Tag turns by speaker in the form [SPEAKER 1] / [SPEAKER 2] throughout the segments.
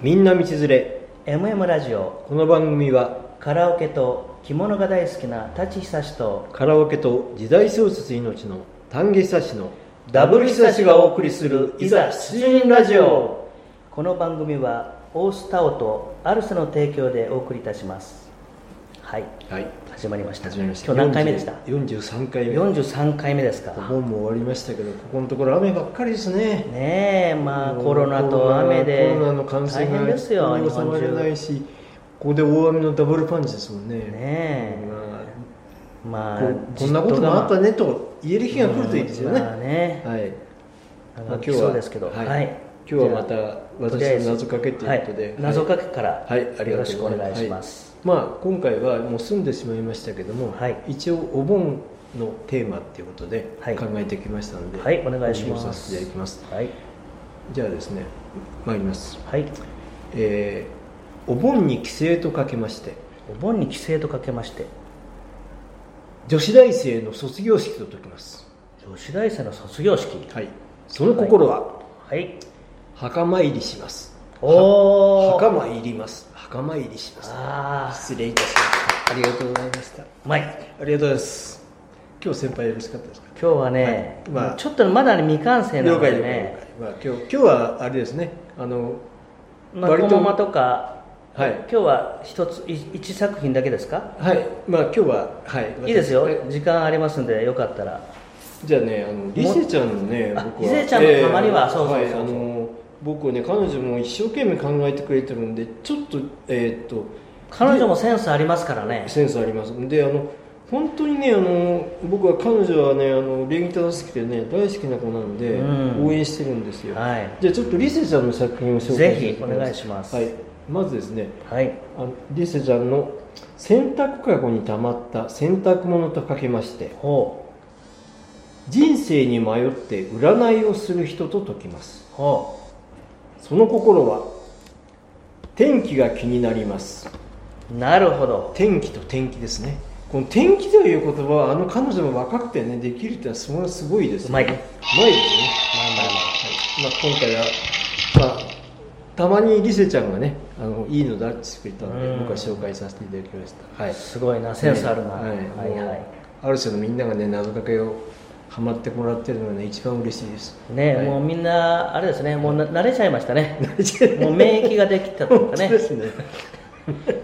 [SPEAKER 1] みんな道連れ
[SPEAKER 2] MM ラジオ
[SPEAKER 1] この番組は
[SPEAKER 2] カラオケと着物が大好きな舘久志と
[SPEAKER 1] カラオケと時代小説命の丹下久志の
[SPEAKER 2] ダブル久志がお送
[SPEAKER 1] りする
[SPEAKER 2] いざ出陣ラジオこの番組はオースタオとアルセの提供でお送りいたしますはい
[SPEAKER 1] はい
[SPEAKER 2] 始まりました
[SPEAKER 1] 始まりました
[SPEAKER 2] 今日何回目でした
[SPEAKER 1] 40 43回目お
[SPEAKER 2] 43回目ですか
[SPEAKER 1] 盆も終わりましたけどここのところ雨ばっかりですね
[SPEAKER 2] ねえまあ
[SPEAKER 1] もう
[SPEAKER 2] コロナと雨で
[SPEAKER 1] コロナの感染
[SPEAKER 2] 大変
[SPEAKER 1] が
[SPEAKER 2] ですよ日
[SPEAKER 1] 収
[SPEAKER 2] 本
[SPEAKER 1] まれな
[SPEAKER 2] 中
[SPEAKER 1] いしここで大雨のダブルパンチですもんね
[SPEAKER 2] ねえ
[SPEAKER 1] まあ
[SPEAKER 2] まあ
[SPEAKER 1] ここんなこともあった
[SPEAKER 2] ね
[SPEAKER 1] ねと言える日が来るといいですよね、
[SPEAKER 2] まあね
[SPEAKER 1] はい
[SPEAKER 2] 上
[SPEAKER 1] まあ
[SPEAKER 2] が
[SPEAKER 1] 今
[SPEAKER 2] っ
[SPEAKER 1] 日
[SPEAKER 2] て
[SPEAKER 1] は
[SPEAKER 2] きそうですけど
[SPEAKER 1] はい
[SPEAKER 2] じ
[SPEAKER 1] 今
[SPEAKER 2] ゃあ
[SPEAKER 1] 日はまた私の謎かけということで、
[SPEAKER 2] は
[SPEAKER 1] はい
[SPEAKER 2] い謎かけから、
[SPEAKER 1] はい、ありが
[SPEAKER 2] よろ
[SPEAKER 1] と
[SPEAKER 2] し
[SPEAKER 1] う
[SPEAKER 2] く
[SPEAKER 1] ご
[SPEAKER 2] お
[SPEAKER 1] ざいます
[SPEAKER 2] 願いします。
[SPEAKER 1] はいまあ、今回はもう済んでしまいましたけども、
[SPEAKER 2] はい
[SPEAKER 1] 一応お盆のテーマっていうことで
[SPEAKER 2] はい
[SPEAKER 1] 考えてきましたので、
[SPEAKER 2] はい、お願いし
[SPEAKER 1] ご紹
[SPEAKER 2] ま
[SPEAKER 1] 介させて
[SPEAKER 2] す。
[SPEAKER 1] いただきます
[SPEAKER 2] はい、
[SPEAKER 1] じゃあですね参ります、
[SPEAKER 2] はい、
[SPEAKER 1] えーお盆に帰省とかけまして
[SPEAKER 2] お盆に帰省とかけまして、
[SPEAKER 1] 女子大生の卒業式と解きます
[SPEAKER 2] 女子大生の卒業式。
[SPEAKER 1] はいその心は、
[SPEAKER 2] はい、
[SPEAKER 1] 墓参りします
[SPEAKER 2] おお。
[SPEAKER 1] 墓参ります墓参りします
[SPEAKER 2] ああ、
[SPEAKER 1] 失礼いたしましたありがとうございました
[SPEAKER 2] うまい。
[SPEAKER 1] ありがとうございます。今日先輩よろしかったですか。
[SPEAKER 2] 今日はね、
[SPEAKER 1] はいまあ
[SPEAKER 2] ちょっとまだ未完成な
[SPEAKER 1] 了
[SPEAKER 2] の
[SPEAKER 1] 解
[SPEAKER 2] で
[SPEAKER 1] 了解
[SPEAKER 2] ね、。
[SPEAKER 1] まあ今日今日はあれですね。あの
[SPEAKER 2] まあ、
[SPEAKER 1] 割
[SPEAKER 2] ことのまとか、
[SPEAKER 1] はい
[SPEAKER 2] 今日は一つい一作品だけですか？
[SPEAKER 1] はいまあ今日ははい。
[SPEAKER 2] いいですよ
[SPEAKER 1] はい。
[SPEAKER 2] 時間ありますんでよかったら。
[SPEAKER 1] じゃあねあのリセちゃんのね
[SPEAKER 2] あ
[SPEAKER 1] 僕は。
[SPEAKER 2] リセちゃんのたまにはそうそうそう
[SPEAKER 1] いあの僕はね彼女も一生懸命考えてくれてるんでちょっとえーっと
[SPEAKER 2] 彼女もセンスありますからね。
[SPEAKER 1] センスあります。であの。本当にねあの僕は彼女はねあの礼儀正しくてね大好きな子なので、
[SPEAKER 2] うん
[SPEAKER 1] 応援してるんですよ、
[SPEAKER 2] はい。
[SPEAKER 1] じゃあちょっとリセちゃんの作品を紹介
[SPEAKER 2] ぜひ
[SPEAKER 1] た
[SPEAKER 2] お
[SPEAKER 1] と思
[SPEAKER 2] 願いします
[SPEAKER 1] はい、まずですね
[SPEAKER 2] はい。
[SPEAKER 1] あのリセちゃんの洗濯かごにたまった洗濯物とかけまして
[SPEAKER 2] ほ
[SPEAKER 1] 人生に迷って占いをする人と解きます
[SPEAKER 2] うほ
[SPEAKER 1] その心は天気が気になります
[SPEAKER 2] うなるほど
[SPEAKER 1] 天気と天気ですねこの天気という言葉はあの彼女も若くてねできるってのはすごいすごいですよ
[SPEAKER 2] うまいう
[SPEAKER 1] まいですねまあ、今回は、まあ、たまにリセちゃんがねあのいいの出してくれたので
[SPEAKER 2] うん
[SPEAKER 1] 僕は紹介させていただきました、はい、
[SPEAKER 2] すごいなセンスあるな、
[SPEAKER 1] はい
[SPEAKER 2] はいはい
[SPEAKER 1] もうある種のみんながね謎かけをハマってもらってるのがね一番嬉しいです
[SPEAKER 2] ね、
[SPEAKER 1] はい
[SPEAKER 2] もうみんなあれですねもうな慣れちゃいましたね
[SPEAKER 1] 慣れちゃいました
[SPEAKER 2] もう免疫ができたという
[SPEAKER 1] 本当
[SPEAKER 2] か
[SPEAKER 1] で
[SPEAKER 2] ね
[SPEAKER 1] すね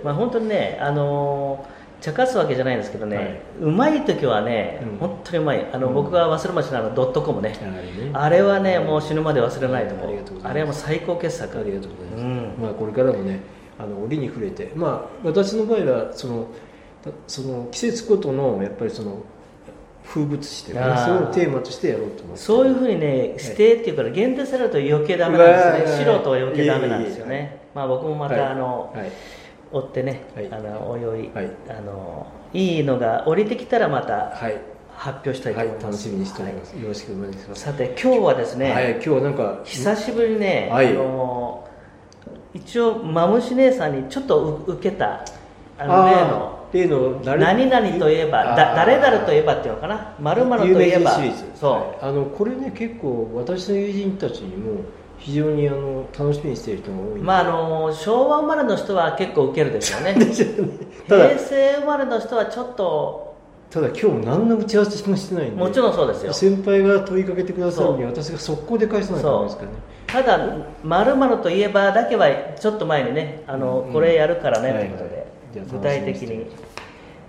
[SPEAKER 2] まあ本当にねあのー茶化すわけじゃないんですけどね、
[SPEAKER 1] はいう
[SPEAKER 2] まい時はね、
[SPEAKER 1] うん
[SPEAKER 2] 本当にうまいあの、
[SPEAKER 1] うん
[SPEAKER 2] 僕が忘れましたあのドットコムね、
[SPEAKER 1] あれね
[SPEAKER 2] あれはねもう死ぬまで忘れないと思う、
[SPEAKER 1] ありがとうございます
[SPEAKER 2] あれはもう最高傑作
[SPEAKER 1] ありがとうございます、
[SPEAKER 2] うん
[SPEAKER 1] まあ、これからもねあの折に触れて、まあ、私の場合はそのたその季節ごとのやっぱりその風物詩というかね
[SPEAKER 2] あー
[SPEAKER 1] そういうのをテーマとしてやろうと思って
[SPEAKER 2] そういうふうにね、指定っていうから限定されると余計ダメなんですね。
[SPEAKER 1] うわー
[SPEAKER 2] 素人は余計ダメなんですよ
[SPEAKER 1] いえいえい
[SPEAKER 2] ね。まあ僕もまた、
[SPEAKER 1] はい
[SPEAKER 2] あの、
[SPEAKER 1] はい
[SPEAKER 2] 追ってね、
[SPEAKER 1] はい
[SPEAKER 2] あのおいおい、
[SPEAKER 1] はい
[SPEAKER 2] あのいいのが降りてきたらまた
[SPEAKER 1] はい
[SPEAKER 2] 発表したいと
[SPEAKER 1] はい
[SPEAKER 2] 思い、ます。
[SPEAKER 1] 楽しみにしております。よろしくお願いし
[SPEAKER 2] は
[SPEAKER 1] ま
[SPEAKER 2] い
[SPEAKER 1] す。
[SPEAKER 2] さて今日はですね、
[SPEAKER 1] はい、今日はなんか、
[SPEAKER 2] 久しぶりにね、
[SPEAKER 1] はい
[SPEAKER 2] あの一応マムシ姉さんにちょっとう受けたあの例の。
[SPEAKER 1] あー例の
[SPEAKER 2] 何々といえば、だ誰々といえばっていうのかな、まるまるといえば
[SPEAKER 1] 有名人シリー、ズ。
[SPEAKER 2] そう、
[SPEAKER 1] う。あのこれね結構私の友人たちにも非常にあの楽しみにしている人が多いんで。
[SPEAKER 2] まああの昭和生まれの人は結構受けるでしょうね
[SPEAKER 1] ただ
[SPEAKER 2] 平成生まれの人はちょっと
[SPEAKER 1] ただ今日何の打ち合わせもしてないんで。
[SPEAKER 2] もちろんそうですよ
[SPEAKER 1] 先輩が問いかけてくださるのに
[SPEAKER 2] そ
[SPEAKER 1] 私が速攻で返さないとですからね。
[SPEAKER 2] ただ「まるまるといえば」だけはちょっと前にねあの、
[SPEAKER 1] うん
[SPEAKER 2] これやるからね
[SPEAKER 1] はい
[SPEAKER 2] ということで、
[SPEAKER 1] はいじゃあ
[SPEAKER 2] 具体的に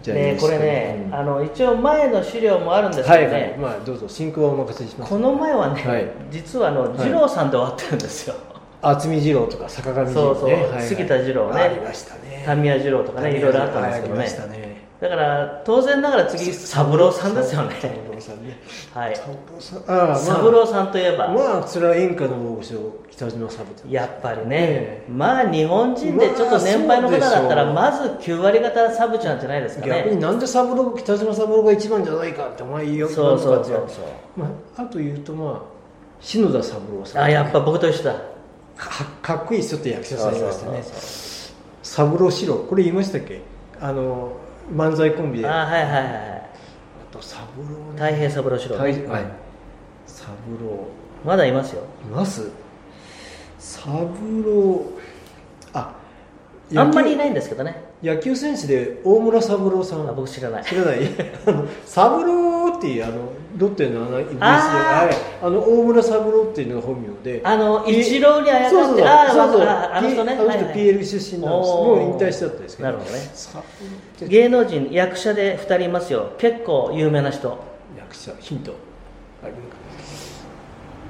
[SPEAKER 1] じゃあよ
[SPEAKER 2] ね
[SPEAKER 1] ろしく
[SPEAKER 2] これね、
[SPEAKER 1] うん
[SPEAKER 2] あの一応前の資料もあるんです
[SPEAKER 1] はい
[SPEAKER 2] けどね、
[SPEAKER 1] はい。まあどうぞ進行はお任せします
[SPEAKER 2] こ。の前はね、
[SPEAKER 1] はい
[SPEAKER 2] 実はあの
[SPEAKER 1] い
[SPEAKER 2] 二郎さんで終わってるんですよ、
[SPEAKER 1] 渥美二郎とか坂上二
[SPEAKER 2] そ
[SPEAKER 1] 郎
[SPEAKER 2] うそう
[SPEAKER 1] ねはいはい
[SPEAKER 2] 杉田二郎ね
[SPEAKER 1] ありましたね。
[SPEAKER 2] タミヤ二郎とかねいろいろあったんですけどね,、
[SPEAKER 1] はいありましたね。
[SPEAKER 2] だから当然ながら次三郎さんですよね
[SPEAKER 1] 三 郎さんね。
[SPEAKER 2] はい
[SPEAKER 1] 三郎さん。ああ、
[SPEAKER 2] 三郎さんといえば、
[SPEAKER 1] まあ、まあ、それは演歌の大御所、北島三郎。
[SPEAKER 2] やっぱりね、
[SPEAKER 1] ええ
[SPEAKER 2] まあ日本人でちょっと年配の方だったら、
[SPEAKER 1] ま
[SPEAKER 2] まず9割方サブちゃんじゃないですか
[SPEAKER 1] 逆に
[SPEAKER 2] ね。
[SPEAKER 1] なんで三郎、北島三郎が一番じゃないかって、お前言いよ
[SPEAKER 2] そうそう
[SPEAKER 1] なんと
[SPEAKER 2] そ
[SPEAKER 1] か
[SPEAKER 2] う
[SPEAKER 1] って
[SPEAKER 2] そう。
[SPEAKER 1] まあ、あと言うと、まあ、篠田三郎さん。
[SPEAKER 2] あ、やっぱ僕と一緒だ。
[SPEAKER 1] かかっこいい人って役者さんいましたね
[SPEAKER 2] そう。そう
[SPEAKER 1] 三郎四郎、これ言いましたっけ。あの、漫才コンビ
[SPEAKER 2] そう
[SPEAKER 1] で。あ
[SPEAKER 2] あ、はいはいはい。
[SPEAKER 1] と三郎ね。
[SPEAKER 2] 太平三郎四郎、
[SPEAKER 1] はい。はい。三郎。
[SPEAKER 2] まだいますよ。
[SPEAKER 1] います三郎野球
[SPEAKER 2] あんまりいないんですけどね
[SPEAKER 1] 野球選手で大村三郎さん
[SPEAKER 2] あ僕知らない
[SPEAKER 1] 知らない あの三郎っていうあのロッテのあのイギリスで
[SPEAKER 2] あー
[SPEAKER 1] あれあの大村三郎っていうのが本名で
[SPEAKER 2] あの
[SPEAKER 1] い
[SPEAKER 2] 一郎にあや
[SPEAKER 1] そう
[SPEAKER 2] か
[SPEAKER 1] そうそ
[SPEAKER 2] っ
[SPEAKER 1] う
[SPEAKER 2] てあーわ
[SPEAKER 1] そうそう
[SPEAKER 2] ああの人ね
[SPEAKER 1] あの人
[SPEAKER 2] はいは
[SPEAKER 1] PL
[SPEAKER 2] い
[SPEAKER 1] 出身なんです
[SPEAKER 2] おー
[SPEAKER 1] もう引退しちゃったんですけど
[SPEAKER 2] なるほどね
[SPEAKER 1] さ
[SPEAKER 2] 芸能人役者で2人いますよ結構有名な人
[SPEAKER 1] 役者ヒントあります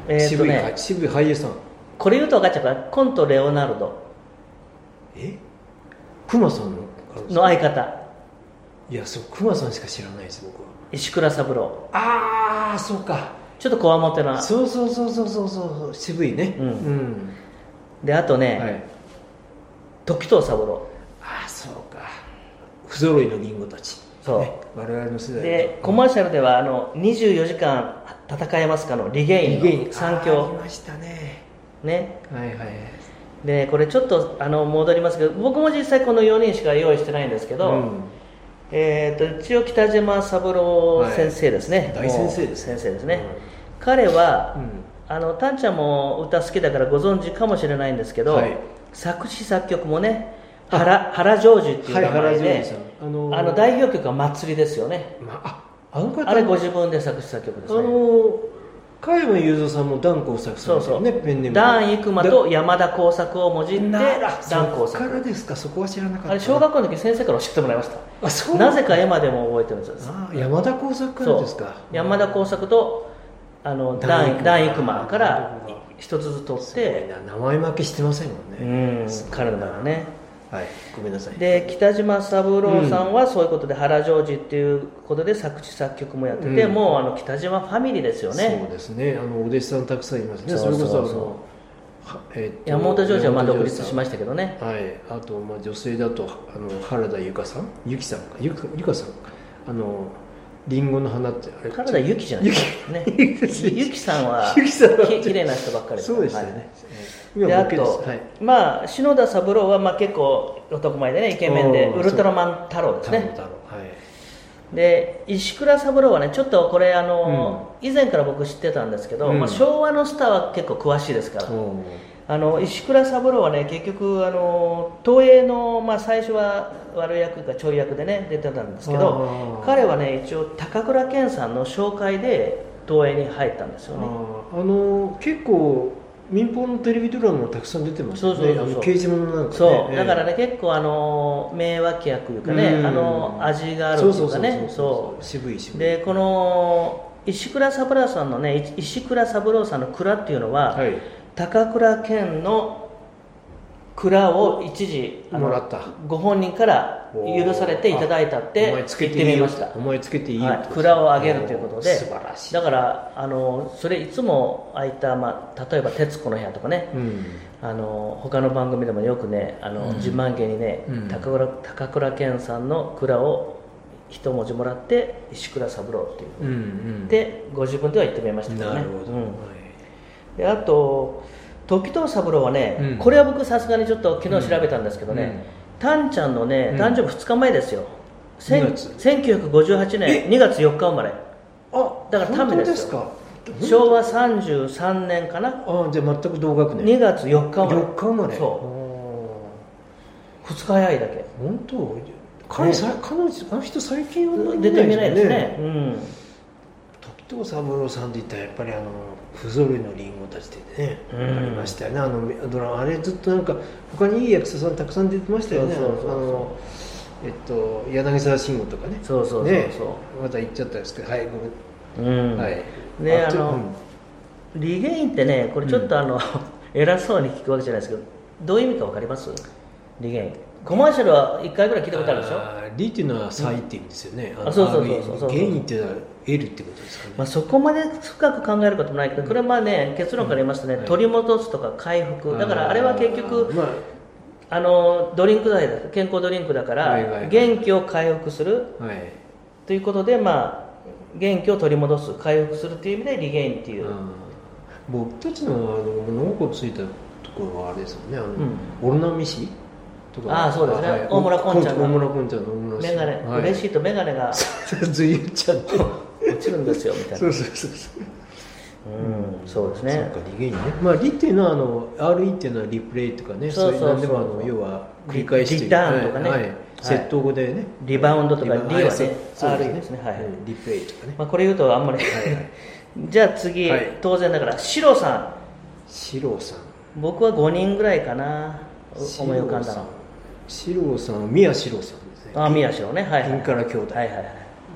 [SPEAKER 2] えー、と
[SPEAKER 1] 渋いか
[SPEAKER 2] ね
[SPEAKER 1] 渋い俳優さん
[SPEAKER 2] これ言うと分かっちゃうからコントレオナルド
[SPEAKER 1] え熊さんの
[SPEAKER 2] の相方
[SPEAKER 1] いやそう熊さんしか知らないです僕は
[SPEAKER 2] 石倉三郎
[SPEAKER 1] ああそうか
[SPEAKER 2] ちょっとこわもてな
[SPEAKER 1] そうそうそうそうそうそう渋いね
[SPEAKER 2] うん
[SPEAKER 1] ん
[SPEAKER 2] であとね、
[SPEAKER 1] はい
[SPEAKER 2] 時藤三郎
[SPEAKER 1] ああそうか不揃いのリンゴたち
[SPEAKER 2] そう
[SPEAKER 1] ね我々の世代
[SPEAKER 2] でコマーシャルではあの24時間戦えますかのリゲイン
[SPEAKER 1] ゲイ
[SPEAKER 2] の三
[SPEAKER 1] あり
[SPEAKER 2] 強
[SPEAKER 1] ましたね
[SPEAKER 2] ね
[SPEAKER 1] はいはいはい
[SPEAKER 2] でこれちょっとあの戻りますけど僕も実際この4人しか用意してないんですけど、
[SPEAKER 1] うん
[SPEAKER 2] えー、と一応北島三郎先生ですね、
[SPEAKER 1] はい大先生ですね
[SPEAKER 2] もう先生ですね、彼は、
[SPEAKER 1] うん
[SPEAKER 2] あのタンちゃんも歌好きだからご存知かもしれないんですけど、
[SPEAKER 1] はい
[SPEAKER 2] 作詞作曲もね原原ジョージっていう名
[SPEAKER 1] はい
[SPEAKER 2] 前
[SPEAKER 1] 原ジョ
[SPEAKER 2] で、
[SPEAKER 1] ージさんあのー
[SPEAKER 2] あの代表曲は「祭り」ですよね
[SPEAKER 1] まあああの方
[SPEAKER 2] あれご自分で作詞作曲で
[SPEAKER 1] あ
[SPEAKER 2] す
[SPEAKER 1] の
[SPEAKER 2] ね
[SPEAKER 1] ー加山雄三さんもダン耕作さん
[SPEAKER 2] そう
[SPEAKER 1] です
[SPEAKER 2] そ
[SPEAKER 1] よ
[SPEAKER 2] う、
[SPEAKER 1] ねペンネーム
[SPEAKER 2] ダン生間と山田耕作をもじって
[SPEAKER 1] なら
[SPEAKER 2] ダン
[SPEAKER 1] そ
[SPEAKER 2] 耕
[SPEAKER 1] っから
[SPEAKER 2] 作
[SPEAKER 1] ですかそこは知らなかった
[SPEAKER 2] あれ小学校の時先生から教えてもらいまし
[SPEAKER 1] あそ
[SPEAKER 2] た
[SPEAKER 1] う
[SPEAKER 2] なぜか絵までも覚えてるんです
[SPEAKER 1] あー山田耕作から
[SPEAKER 2] そう
[SPEAKER 1] ですか
[SPEAKER 2] 山田耕作とあの
[SPEAKER 1] ダン
[SPEAKER 2] ダンダン生間
[SPEAKER 1] なる
[SPEAKER 2] から
[SPEAKER 1] ほど
[SPEAKER 2] 一つずつ取っ
[SPEAKER 1] すごい
[SPEAKER 2] て
[SPEAKER 1] な名前負けしてませんもんね
[SPEAKER 2] うん
[SPEAKER 1] すごいな
[SPEAKER 2] 彼の場合はね
[SPEAKER 1] はいごめんなさい
[SPEAKER 2] で北島三郎さんはそういうことで、原ジョージっていうことで作詞作曲もやってて、
[SPEAKER 1] うん
[SPEAKER 2] もうあの北島ファミリーですよね
[SPEAKER 1] そうですねあのお弟子さんたくさんいますね
[SPEAKER 2] そ
[SPEAKER 1] そうれ
[SPEAKER 2] そ
[SPEAKER 1] こ
[SPEAKER 2] うそう
[SPEAKER 1] そあのはえっと
[SPEAKER 2] 山本ジョージはまあ
[SPEAKER 1] 山本
[SPEAKER 2] 独
[SPEAKER 1] 譲二さ
[SPEAKER 2] 立
[SPEAKER 1] ん
[SPEAKER 2] しましたけどね
[SPEAKER 1] はいあとまあ女性だとあの原田由香さん由紀さんか由香由香さんかあのリンゴの花ってあれ
[SPEAKER 2] 原田由紀じゃないです かね
[SPEAKER 1] 由紀
[SPEAKER 2] ゆきさんは
[SPEAKER 1] 由紀さんは
[SPEAKER 2] き綺麗な人ばっかり
[SPEAKER 1] そうでしたよ
[SPEAKER 2] は
[SPEAKER 1] ね
[SPEAKER 2] い、
[SPEAKER 1] 今
[SPEAKER 2] であ
[SPEAKER 1] 僕です
[SPEAKER 2] と、
[SPEAKER 1] はい
[SPEAKER 2] まあ篠田三郎はまあ結構男前でねイケメンで
[SPEAKER 1] おー
[SPEAKER 2] ウルトラマン太郎です
[SPEAKER 1] 太郎
[SPEAKER 2] ね
[SPEAKER 1] 太郎はい
[SPEAKER 2] で石倉三郎はねちょっとこれあの、以前から僕知ってたんですけど、
[SPEAKER 1] うん
[SPEAKER 2] まあ、昭和のスターは結構詳しいですから、
[SPEAKER 1] おー
[SPEAKER 2] あの石倉三郎はね結局あの東映の、まあ、最初は悪役かちょい役でね出てたんですけど
[SPEAKER 1] あー
[SPEAKER 2] 彼はね一応高倉健さんの紹介で東映に入ったんですよね
[SPEAKER 1] あーあの結構民放のテレビドラマもたくさん出てますよね
[SPEAKER 2] そうそうそうそう
[SPEAKER 1] あの刑事ものなんかね
[SPEAKER 2] そう、
[SPEAKER 1] ええ
[SPEAKER 2] だからね結構あの名脇役というかね、
[SPEAKER 1] うん
[SPEAKER 2] あの味があるというかね
[SPEAKER 1] そ
[SPEAKER 2] そう
[SPEAKER 1] そうそうそう渋い渋
[SPEAKER 2] う
[SPEAKER 1] い
[SPEAKER 2] でこの石倉三郎さんのねい石倉三郎さんの蔵っていうのは、
[SPEAKER 1] はい
[SPEAKER 2] 高倉健の蔵を一時あの
[SPEAKER 1] もらった
[SPEAKER 2] ご本人から許されていただいたって
[SPEAKER 1] お
[SPEAKER 2] 言
[SPEAKER 1] 前
[SPEAKER 2] っ
[SPEAKER 1] つけて
[SPEAKER 2] て
[SPEAKER 1] い
[SPEAKER 2] み
[SPEAKER 1] いよ
[SPEAKER 2] ました
[SPEAKER 1] お前つけていいよ
[SPEAKER 2] はい、蔵をあげるということで
[SPEAKER 1] 素晴らしい
[SPEAKER 2] だからあのそれいつも空いた、まあ、例えば「徹子の部屋」とかね
[SPEAKER 1] うん
[SPEAKER 2] あの他の番組でもよくねあの、
[SPEAKER 1] うん
[SPEAKER 2] 自慢げにね、
[SPEAKER 1] うん
[SPEAKER 2] 高倉高倉健さんの蔵を一文字もらって石倉三郎っていう、
[SPEAKER 1] うんうん
[SPEAKER 2] でご自分では言ってみましたけどね
[SPEAKER 1] なるほど、
[SPEAKER 2] う
[SPEAKER 1] は
[SPEAKER 2] んであと時藤三郎はね、
[SPEAKER 1] うん
[SPEAKER 2] これは僕さすがにちょっと昨日調べたんですけど
[SPEAKER 1] う
[SPEAKER 2] ね
[SPEAKER 1] ん、
[SPEAKER 2] タンちゃんのね
[SPEAKER 1] うん
[SPEAKER 2] 誕生日2日前ですよ、せん
[SPEAKER 1] 2月
[SPEAKER 2] 1958年2月4日生まれ
[SPEAKER 1] あ
[SPEAKER 2] だからタメ
[SPEAKER 1] 本
[SPEAKER 2] で
[SPEAKER 1] 当
[SPEAKER 2] すよ
[SPEAKER 1] ですか
[SPEAKER 2] 昭和33年かな
[SPEAKER 1] あじゃあ全く同学年
[SPEAKER 2] 2月4日生まれ
[SPEAKER 1] 4日生まれ
[SPEAKER 2] そ
[SPEAKER 1] あ
[SPEAKER 2] う2日早いだけ
[SPEAKER 1] ー本当彼,、さ彼女あの人最近あんまり
[SPEAKER 2] 出てみないですね
[SPEAKER 1] ね
[SPEAKER 2] うん
[SPEAKER 1] 時藤三郎さんといったらやっぱりあの不揃いのリンゴたちでね、
[SPEAKER 2] うん
[SPEAKER 1] ありましたよねあのドラマあれずっとなんか他にいい役者さんたくさん出てましたよね
[SPEAKER 2] そうそうそうそう
[SPEAKER 1] あのえっと柳沢慎吾とかね
[SPEAKER 2] そうそうそうそう
[SPEAKER 1] ねまた言っちゃったんですけどはいごめ
[SPEAKER 2] うん
[SPEAKER 1] ん、はい
[SPEAKER 2] であ
[SPEAKER 1] ちょ
[SPEAKER 2] の
[SPEAKER 1] うん
[SPEAKER 2] リゲインってねこれちょっとあの、 偉そうに聞くわけじゃないですけどどういう意味か分かりますリゲインコマーシャルは1回ぐらい聞いたことあるでしょ
[SPEAKER 1] あーリっていうのはサイっていうんですよね、
[SPEAKER 2] あそうそうそうそうそう
[SPEAKER 1] RE ゲインっていうのは L ってことですかね、
[SPEAKER 2] まあ、そこまで深く考えることもないけどこれはまあね結論から言いますとね、
[SPEAKER 1] うんはい
[SPEAKER 2] 取り戻すとか回復だからあれは結局
[SPEAKER 1] まあ
[SPEAKER 2] あのドリンク剤だ健康ドリンクだから、
[SPEAKER 1] はいはいはい
[SPEAKER 2] 元気を回復する
[SPEAKER 1] はい
[SPEAKER 2] ということでまあ元気を取り戻す回復するという意味でリゲインっていう、
[SPEAKER 1] あー僕たちのあの物心ついたところはあれですよねあの、
[SPEAKER 2] うん
[SPEAKER 1] オルナミ氏とか
[SPEAKER 2] あーそうですね大村こんちゃんが
[SPEAKER 1] 大村こんちゃんの大村
[SPEAKER 2] メガネ、嬉し
[SPEAKER 1] い
[SPEAKER 2] いとメガネが
[SPEAKER 1] ずい言っちゃって
[SPEAKER 2] 落ちるんですよみたいな
[SPEAKER 1] そうそうそうそう
[SPEAKER 2] うん、そうです
[SPEAKER 1] そう
[SPEAKER 2] ね
[SPEAKER 1] かリゲインね、まあ、リっていうのはあの RE っていうのはリプレイとかね
[SPEAKER 2] そうそうそう
[SPEAKER 1] いなんでもあの要は繰り返してい
[SPEAKER 2] リターンとかね
[SPEAKER 1] はい
[SPEAKER 2] はい
[SPEAKER 1] 窃盗語でね
[SPEAKER 2] リバウンドとか
[SPEAKER 1] リバ
[SPEAKER 2] リはね
[SPEAKER 1] あそうそうで
[SPEAKER 2] RE ですす
[SPEAKER 1] ね
[SPEAKER 2] ねはい
[SPEAKER 1] うんリプレイとかね
[SPEAKER 2] まあ、これ言うとあんまりじゃあ次、
[SPEAKER 1] はい
[SPEAKER 2] 当然だからシロさ
[SPEAKER 1] シローさん
[SPEAKER 2] ん僕は5人ぐらいかなお思い浮かんだの
[SPEAKER 1] シローさんは宮シローさんですね
[SPEAKER 2] あ宮代ねはい、はい、
[SPEAKER 1] ピンから兄弟
[SPEAKER 2] はいはいはい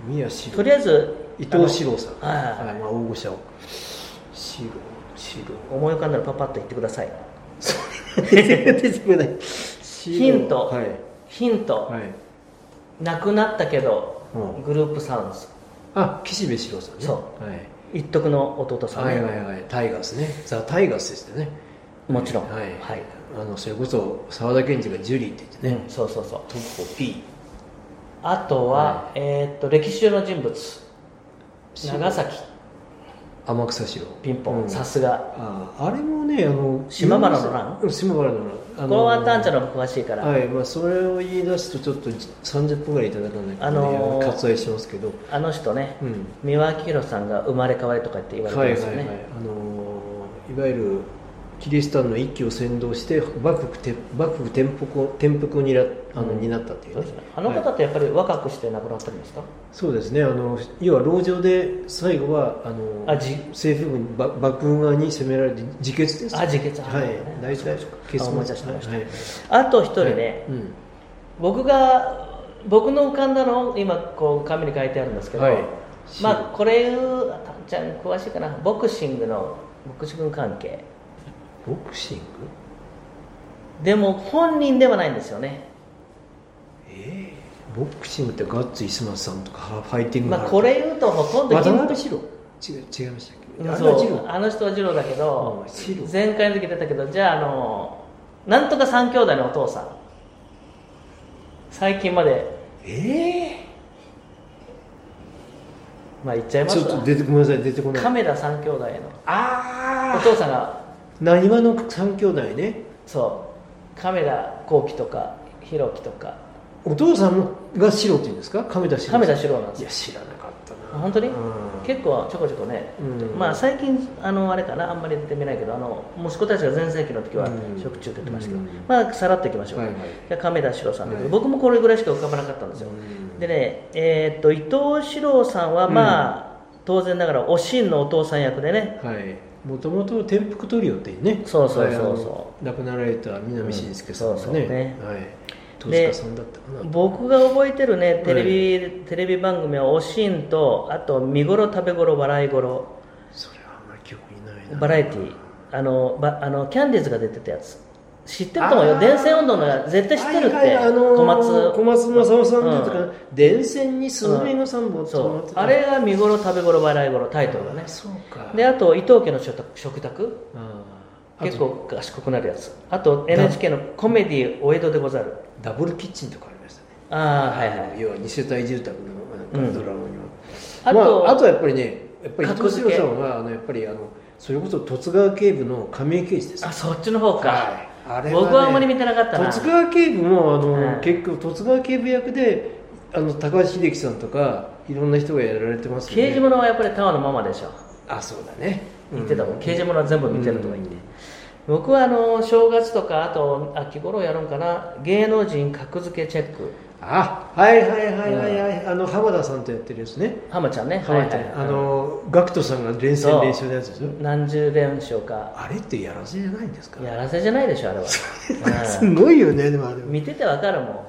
[SPEAKER 1] 宮シロ
[SPEAKER 2] とりあえず
[SPEAKER 1] 伊藤四郎さん
[SPEAKER 2] あのはいはい
[SPEAKER 1] まあ、大御所を四郎四郎
[SPEAKER 2] 思い浮かんだらパパッと言ってく ださい
[SPEAKER 1] 出てこない
[SPEAKER 2] ヒント、
[SPEAKER 1] はい
[SPEAKER 2] ヒント、
[SPEAKER 1] はい
[SPEAKER 2] なくなったけど、
[SPEAKER 1] うん
[SPEAKER 2] グループサウンズ
[SPEAKER 1] あ岸部四郎さんね、
[SPEAKER 2] そう
[SPEAKER 1] はい、
[SPEAKER 2] 一徳の弟さん、
[SPEAKER 1] はいはいはいタイガースねザ・タイガースですよね
[SPEAKER 2] もちろん
[SPEAKER 1] はい、あのそれこそ沢田研二がジュリーって言って
[SPEAKER 2] う
[SPEAKER 1] ね
[SPEAKER 2] んそうそうそう
[SPEAKER 1] トッポ P
[SPEAKER 2] あとは、えーっと歴史上の人物
[SPEAKER 1] 白
[SPEAKER 2] 長崎
[SPEAKER 1] 天草四郎
[SPEAKER 2] ピンポ
[SPEAKER 1] う
[SPEAKER 2] ン
[SPEAKER 1] ん
[SPEAKER 2] さすが
[SPEAKER 1] ああれもねあの
[SPEAKER 2] 島原の乱
[SPEAKER 1] うん島原の乱あ
[SPEAKER 2] こ
[SPEAKER 1] の
[SPEAKER 2] れはタンちゃんの方が詳しいから、
[SPEAKER 1] はいまあ、それを言い出すとちょっと30分ぐらいいただかないと、ね
[SPEAKER 2] あのー
[SPEAKER 1] 割愛しますけど、
[SPEAKER 2] あの人ね
[SPEAKER 1] うん
[SPEAKER 2] 三輪明宏さんが生まれ変わりとかって言わ
[SPEAKER 1] はい
[SPEAKER 2] れ
[SPEAKER 1] は
[SPEAKER 2] て
[SPEAKER 1] い
[SPEAKER 2] ます
[SPEAKER 1] は
[SPEAKER 2] よ
[SPEAKER 1] い、
[SPEAKER 2] ね、
[SPEAKER 1] あのーいわゆるキリシタンの一揆を先導して幕府て幕府転覆を転覆をにらあの、
[SPEAKER 2] うん
[SPEAKER 1] 担ったっていう
[SPEAKER 2] そう
[SPEAKER 1] ね
[SPEAKER 2] ですねあの方
[SPEAKER 1] はい
[SPEAKER 2] ってやっぱり若くして亡くなったんですか、
[SPEAKER 1] そうですねあの要は牢城で最後はあの
[SPEAKER 2] あじ
[SPEAKER 1] 政府軍ば幕府側に攻められて自決です
[SPEAKER 2] あ自決
[SPEAKER 1] はい
[SPEAKER 2] はい
[SPEAKER 1] 大事大事
[SPEAKER 2] あ思い出しました
[SPEAKER 1] はい
[SPEAKER 2] あと一人ね、
[SPEAKER 1] うん
[SPEAKER 2] 僕が僕の浮かんだのを今こう紙に書いてあるんですけど、
[SPEAKER 1] はい
[SPEAKER 2] まあこれいうあたんちゃん詳しいかなボクシングのボクシング関係
[SPEAKER 1] ボクシング
[SPEAKER 2] でも本人ではないんですよね、
[SPEAKER 1] ええボクシングってガッツ石松さんとかファイティング
[SPEAKER 2] まあ、これ言うとほとんど
[SPEAKER 1] 渡辺
[SPEAKER 2] ヒン
[SPEAKER 1] 四郎違う違いましたっけ
[SPEAKER 2] ト
[SPEAKER 1] あれ
[SPEAKER 2] そ
[SPEAKER 1] は
[SPEAKER 2] う
[SPEAKER 1] 二郎
[SPEAKER 2] あの人は二郎だけど
[SPEAKER 1] うん二郎
[SPEAKER 2] 前回の時出たけどじゃああのなんとか三兄弟のお父さん最近まで
[SPEAKER 1] ええ
[SPEAKER 2] まあ言っちゃいま
[SPEAKER 1] ち
[SPEAKER 2] す
[SPEAKER 1] ょっと
[SPEAKER 2] わ
[SPEAKER 1] 出てごめんなさい出てこない
[SPEAKER 2] 亀田三兄弟の
[SPEAKER 1] あ
[SPEAKER 2] お父さんが
[SPEAKER 1] なにわの三兄弟ね
[SPEAKER 2] そう亀田光輝とか弘樹とか
[SPEAKER 1] お父さんが白っていうんですか亀田白
[SPEAKER 2] 亀田四郎なんです
[SPEAKER 1] い
[SPEAKER 2] よ
[SPEAKER 1] や知らなかったな
[SPEAKER 2] 本当に
[SPEAKER 1] うん
[SPEAKER 2] 結構ちょこちょこね、
[SPEAKER 1] うん
[SPEAKER 2] まあ最近あのあれかなあんまり出てみないけどあの息子たちが全盛期の時は
[SPEAKER 1] うん
[SPEAKER 2] 食中って言ってましたけど、
[SPEAKER 1] うん
[SPEAKER 2] まあさらっていきましょう、
[SPEAKER 1] はいはい
[SPEAKER 2] じゃあ亀田四郎さんだけど、
[SPEAKER 1] はい
[SPEAKER 2] 僕もこれぐらいしか浮かばなかったんですよ、
[SPEAKER 1] うん
[SPEAKER 2] でねえーっと伊藤四郎さんはまあ、当然ながらおしんのお父さん役でね
[SPEAKER 1] はいもともと転覆トリオっていうね
[SPEAKER 2] そうそうそうそう
[SPEAKER 1] う亡くなられた南信介さんがね,、
[SPEAKER 2] うんそうそうね
[SPEAKER 1] はい投資
[SPEAKER 2] で
[SPEAKER 1] 家さんだったかな
[SPEAKER 2] 僕が覚えてるねテレビ、テレビ番組はおしんとあと見頃食べ頃笑い頃
[SPEAKER 1] それはあんまり記憶にないな
[SPEAKER 2] バラエティあのばあのキャンディーズが出てたやつ知ってると思うよ電線運動のや絶対知ってるって、
[SPEAKER 1] はいはいあのー
[SPEAKER 2] 小松
[SPEAKER 1] 小松政夫さんっていう
[SPEAKER 2] うん
[SPEAKER 1] か、電線にスズメの三本
[SPEAKER 2] そうあれが見頃食べ頃笑い頃タイトルがね
[SPEAKER 1] そうか
[SPEAKER 2] であと伊藤家の食卓食卓
[SPEAKER 1] あー
[SPEAKER 2] 結
[SPEAKER 1] あと
[SPEAKER 2] 構賢くなるやつあと NHK のコメディお江戸でござる
[SPEAKER 1] ダブルキッチンとかありましたね
[SPEAKER 2] ああはいはい
[SPEAKER 1] 要は二世帯住宅のなんかドラマには、
[SPEAKER 2] あ
[SPEAKER 1] ま
[SPEAKER 2] と
[SPEAKER 1] あ、あとはやっぱりねやっぱり伊
[SPEAKER 2] 格
[SPEAKER 1] 藤四
[SPEAKER 2] 付
[SPEAKER 1] 郎
[SPEAKER 2] け
[SPEAKER 1] さんはあのやっぱりあのそれこそ十津川警部の亀井刑事です
[SPEAKER 2] あそっちの方か、
[SPEAKER 1] はいあれはね
[SPEAKER 2] 僕はあんまり見てなかったな
[SPEAKER 1] 十津川警部もあの、
[SPEAKER 2] うん
[SPEAKER 1] 結局十津川警部役であの高橋秀樹さんとかいろんな人がやられてますよね
[SPEAKER 2] 刑事物はやっぱりタワーのままでしょ
[SPEAKER 1] あそうだね
[SPEAKER 2] 言ってたもん、
[SPEAKER 1] う
[SPEAKER 2] 刑事物は全部見てるとか言って、
[SPEAKER 1] うん
[SPEAKER 2] 僕はあの正月とかあと秋頃やるんかな芸能人格付けチェック
[SPEAKER 1] あはいはいはいはいはい、あの浜田さんとやってるやつね
[SPEAKER 2] 浜ちゃんね
[SPEAKER 1] 浜田、
[SPEAKER 2] はいはい
[SPEAKER 1] あのガクトさんが連
[SPEAKER 2] そ
[SPEAKER 1] 戦
[SPEAKER 2] う
[SPEAKER 1] 連勝のやつでしょ
[SPEAKER 2] 何十連勝か
[SPEAKER 1] あれってやらせじゃないんですか
[SPEAKER 2] やらせじゃないでしょあれは、
[SPEAKER 1] すごいよねでもあれ
[SPEAKER 2] うん見ててわかるもん、うん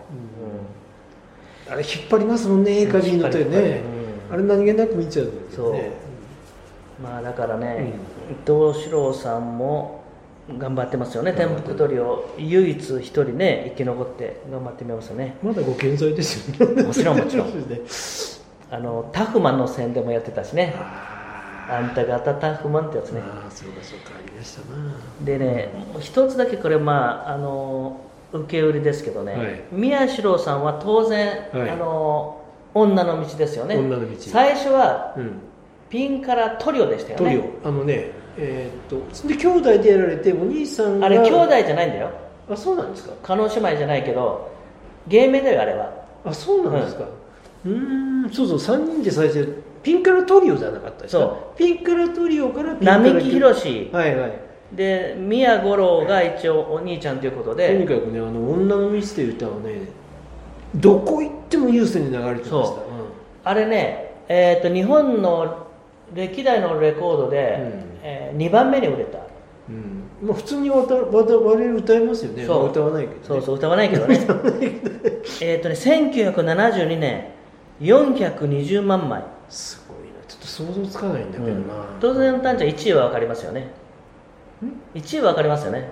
[SPEAKER 1] あれ引っ張りますもんね A か B の手
[SPEAKER 2] 引っ張る
[SPEAKER 1] ね
[SPEAKER 2] 引っ張
[SPEAKER 1] あれ何気なく見ちゃうんだけ
[SPEAKER 2] そう
[SPEAKER 1] どね
[SPEAKER 2] まあだからね、伊藤四郎さんも頑張ってますよね天覆鳥を唯一一人ね生き残って頑張ってみますよね
[SPEAKER 1] まだご健在ですよね
[SPEAKER 2] もちろんも ちろん
[SPEAKER 1] そうで
[SPEAKER 2] あのタフマンの宣伝もやってたしね
[SPEAKER 1] あ
[SPEAKER 2] あんた方タフマンってやつ
[SPEAKER 1] ー
[SPEAKER 2] ね
[SPEAKER 1] あーそうかそうかありましたな
[SPEAKER 2] でね、一つだけこれ、まああの受け売りですけどね、
[SPEAKER 1] はい
[SPEAKER 2] 宮四郎さんは当然、
[SPEAKER 1] はい
[SPEAKER 2] あの女の道ですよね、
[SPEAKER 1] 女の道
[SPEAKER 2] 最初は
[SPEAKER 1] うん
[SPEAKER 2] ピンからトリオでしたよ
[SPEAKER 1] ト
[SPEAKER 2] ね、
[SPEAKER 1] リオあのねえーっとで兄弟でやられてお兄さんが
[SPEAKER 2] あれ、兄弟じゃないんだよ、
[SPEAKER 1] あそうなんですか
[SPEAKER 2] 叶姉妹じゃないけど、芸名だよ、あれは。
[SPEAKER 1] あそうなんですかうーんそうそう3人で最初ピンクラトリオじゃなかったですか
[SPEAKER 2] そ
[SPEAKER 1] ピンクラトリオからピンクラ
[SPEAKER 2] 並木
[SPEAKER 1] ろ
[SPEAKER 2] 宏
[SPEAKER 1] はいはい
[SPEAKER 2] で宮五郎が一応お兄ちゃんということ
[SPEAKER 1] とに
[SPEAKER 2] で
[SPEAKER 1] かくねあの「女の道」という歌はねどこ行っても優先に流れてました
[SPEAKER 2] そあれね、えー、と日本の歴代のレコードで、
[SPEAKER 1] うん
[SPEAKER 2] え2番目に売れた
[SPEAKER 1] うんうんまあ、普通にわたわた我々歌えますよね
[SPEAKER 2] そう
[SPEAKER 1] まあ歌わないけど、ね、
[SPEAKER 2] そうそう歌わないけ どねえっとね1972年420万枚
[SPEAKER 1] すごいなちょっと想像つかないんだけどな、
[SPEAKER 2] 当然タンちゃん1位は分かりますよね1位は分かりますよね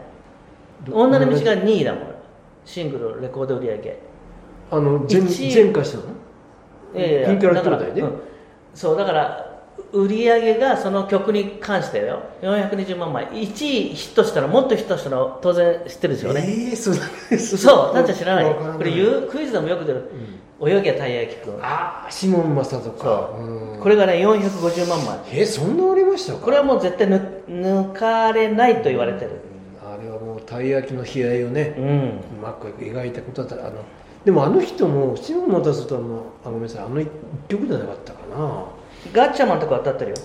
[SPEAKER 1] ど
[SPEAKER 2] 女の道が2位だもんシングルレコード売り上げ
[SPEAKER 1] あの全
[SPEAKER 2] 一位
[SPEAKER 1] 全化したの
[SPEAKER 2] いやいや
[SPEAKER 1] ピンクラ兄弟
[SPEAKER 2] だ
[SPEAKER 1] ね、
[SPEAKER 2] からうんそうだから売り上げがその曲に関してだよ420万枚1位ヒットしたらもっとヒットしたの当然知ってるでしょうね、
[SPEAKER 1] ええそう
[SPEAKER 2] そうタンちゃん知らない
[SPEAKER 1] わから
[SPEAKER 2] これ言うクイズでもよく出る泳ぎはたい焼きくん
[SPEAKER 1] ああシモン・マサとか
[SPEAKER 2] そう
[SPEAKER 1] うん
[SPEAKER 2] これがね450万枚
[SPEAKER 1] えそんなありましたか
[SPEAKER 2] これはもう絶対抜抜かれないと言われてる
[SPEAKER 1] あれはもうたい焼きの悲哀をね、
[SPEAKER 2] うん
[SPEAKER 1] うまく描いたことだったらあのでもあの人もシモン・マサとはもうあごめんなさいあの一曲じゃなかったかな
[SPEAKER 2] ガッチャマンとか当たってるよ